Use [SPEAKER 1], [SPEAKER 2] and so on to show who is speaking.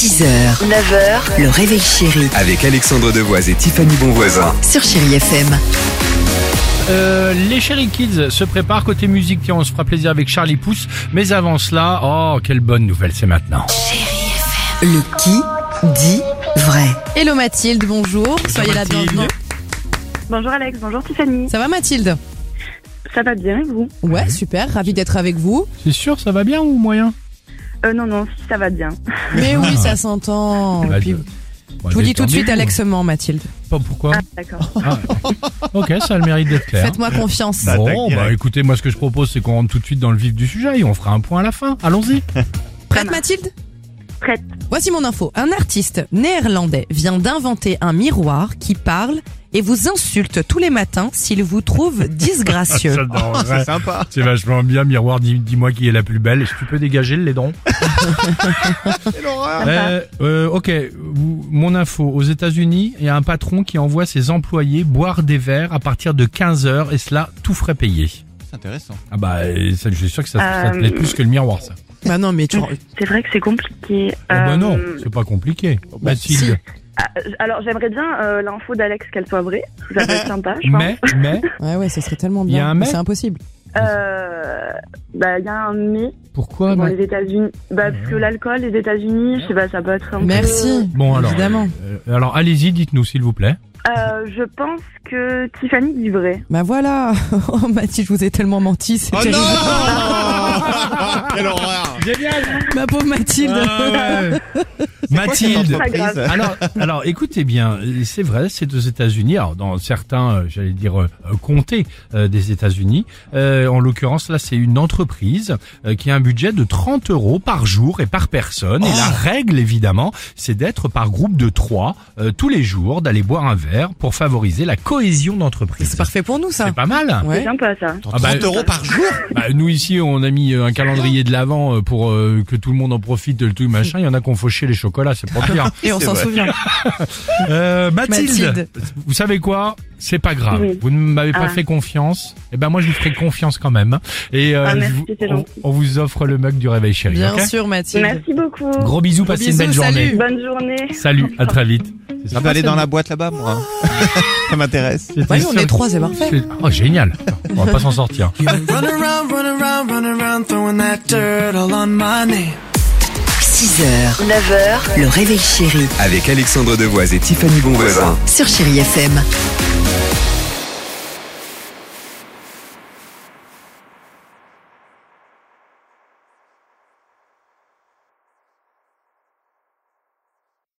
[SPEAKER 1] 6h, 9h, le réveil chéri
[SPEAKER 2] Avec Alexandre Devoise et Tiffany Bonvoisin.
[SPEAKER 1] sur Chérie FM.
[SPEAKER 3] Euh, les Cherry Kids se préparent côté musique. Tiens, on se fera plaisir avec Charlie Pousse. Mais avant cela, oh, quelle bonne nouvelle, c'est maintenant.
[SPEAKER 1] Le qui dit vrai.
[SPEAKER 4] Hello Mathilde, bonjour. Soyez la
[SPEAKER 3] Mathilde.
[SPEAKER 4] bienvenue.
[SPEAKER 5] Bonjour Alex, bonjour Tiffany.
[SPEAKER 4] Ça va Mathilde
[SPEAKER 5] Ça va bien et vous
[SPEAKER 4] Ouais, super, ravi d'être avec vous.
[SPEAKER 3] C'est sûr, ça va bien ou moyen
[SPEAKER 5] euh, Non, non, si, ça va bien.
[SPEAKER 4] Mais oui, ça s'entend.
[SPEAKER 3] Bah,
[SPEAKER 4] Puis,
[SPEAKER 3] je- Bon,
[SPEAKER 4] je vous dis tout de
[SPEAKER 3] détendez-vous.
[SPEAKER 4] suite Alex ment Mathilde.
[SPEAKER 3] Pas pourquoi.
[SPEAKER 5] Ah, d'accord.
[SPEAKER 3] Ok, ça a le mérite d'être clair.
[SPEAKER 4] Faites-moi confiance.
[SPEAKER 3] Bon, bah écoutez, moi ce que je propose, c'est qu'on rentre tout de suite dans le vif du sujet et on fera un point à la fin. Allons-y.
[SPEAKER 4] Prête Mathilde
[SPEAKER 5] Prête.
[SPEAKER 4] Voici mon info. Un artiste néerlandais vient d'inventer un miroir qui parle et vous insulte tous les matins s'il vous trouve disgracieux.
[SPEAKER 3] c'est sympa. C'est vachement bien, miroir. dis- Dis-moi qui est la plus belle. Est-ce que tu peux dégager le laidron Euh, euh, ok, vous- mon info. Aux États-Unis, il y a un patron qui envoie ses employés boire des verres à partir de 15 heures et cela tout frais payé.
[SPEAKER 6] C'est intéressant.
[SPEAKER 3] Ah bah, euh, ça, je suis sûr que ça, ça te
[SPEAKER 5] Euh,
[SPEAKER 3] plaît plus que le miroir, ça.
[SPEAKER 4] bah non, mais tu...
[SPEAKER 5] C'est vrai que c'est compliqué.
[SPEAKER 3] Ah bah
[SPEAKER 5] Euh, oh bah,
[SPEAKER 3] non, c'est pas compliqué. Mathilde,
[SPEAKER 5] ah, alors j'aimerais bien euh, l'info d'Alex qu'elle soit vraie. Ça peut être sympa, je pense.
[SPEAKER 3] mais, mais,
[SPEAKER 4] Ouais, Ah ouais, ça serait tellement
[SPEAKER 3] Y a
[SPEAKER 4] bien.
[SPEAKER 3] un
[SPEAKER 4] mais
[SPEAKER 3] mec
[SPEAKER 4] C'est impossible.
[SPEAKER 5] Euh, bah il y a un mais
[SPEAKER 3] pourquoi
[SPEAKER 5] dans
[SPEAKER 3] Ma-
[SPEAKER 5] les États-Unis. Bah parce que l'alcool, les États-Unis, je sais pas, ça peut être. Un peu-
[SPEAKER 4] Merci.
[SPEAKER 3] Bon alors,
[SPEAKER 4] Évidemment.
[SPEAKER 3] euh, alors allez-y, dites-nous s'il vous plaît.
[SPEAKER 5] Euh, je pense que Tiffany dit vrai.
[SPEAKER 4] Bah voilà. Oh Mathilde, je vous ai tellement menti. C'est
[SPEAKER 6] Oh
[SPEAKER 4] terrible.
[SPEAKER 6] non Quelle horreur
[SPEAKER 3] Génial
[SPEAKER 4] Ma pauvre Mathilde.
[SPEAKER 3] Ah Mathilde,
[SPEAKER 5] Pas grave.
[SPEAKER 3] Alors, alors, écoutez bien, c'est vrai, c'est aux États-Unis. Alors, dans certains, euh, j'allais dire, euh, euh, comtés euh, des États-Unis. Euh, en l'occurrence, là, c'est une entreprise euh, qui a un budget de 30 euros par jour et par personne. Et la règle, évidemment, c'est d'être par groupe de trois euh, tous les jours, d'aller boire un verre pour favoriser la cohésion d'entreprise.
[SPEAKER 4] C'est parfait pour nous ça.
[SPEAKER 3] C'est pas mal.
[SPEAKER 5] C'est
[SPEAKER 4] Ouais.
[SPEAKER 5] sympa ça.
[SPEAKER 3] Ah bah,
[SPEAKER 6] 30 euros par jour
[SPEAKER 3] Bah, nous ici, on a mis euh, un calendrier de l'avant euh, pour euh, que tout le monde en profite, le tout machin. Il y en a qu'on fauché les chocolats, c'est pas pire.
[SPEAKER 4] Et on
[SPEAKER 6] C'est
[SPEAKER 4] s'en
[SPEAKER 6] vrai.
[SPEAKER 4] souvient.
[SPEAKER 3] Euh, Mathilde,
[SPEAKER 4] Mathilde.
[SPEAKER 3] vous savez quoi C'est pas grave.
[SPEAKER 5] Oui.
[SPEAKER 3] Vous ne m'avez pas
[SPEAKER 5] Ah.
[SPEAKER 3] fait confiance. Eh ben moi, je vous ferai confiance quand même. Et euh,
[SPEAKER 5] Ah, merci,
[SPEAKER 3] je vous-
[SPEAKER 5] c'est
[SPEAKER 3] on,
[SPEAKER 5] gentil.
[SPEAKER 3] on vous offre le mug du réveil chéri.
[SPEAKER 4] Bien
[SPEAKER 3] ok
[SPEAKER 4] sûr, Mathilde.
[SPEAKER 5] Merci beaucoup.
[SPEAKER 3] Gros bisous,
[SPEAKER 4] Gros
[SPEAKER 3] passez une belle
[SPEAKER 4] bisous,
[SPEAKER 3] journée.
[SPEAKER 5] Bonne journée.
[SPEAKER 3] Salut, à très vite.
[SPEAKER 6] Je vais aller dans la boîte là-bas, moi. Ça m'intéresse.
[SPEAKER 3] C'était
[SPEAKER 4] Ouais, on
[SPEAKER 3] ça.
[SPEAKER 4] est trois, c'est parfait.
[SPEAKER 3] C'est- Oh génial. On va pas s'en sortir.
[SPEAKER 7] Run around, run around, run around, throwing that dirt all on my name.
[SPEAKER 1] 6h, 9h, le réveil chéri
[SPEAKER 2] Avec Alexandre Devoise et Tiffany Bonvoisin.
[SPEAKER 1] sur Chérie FM.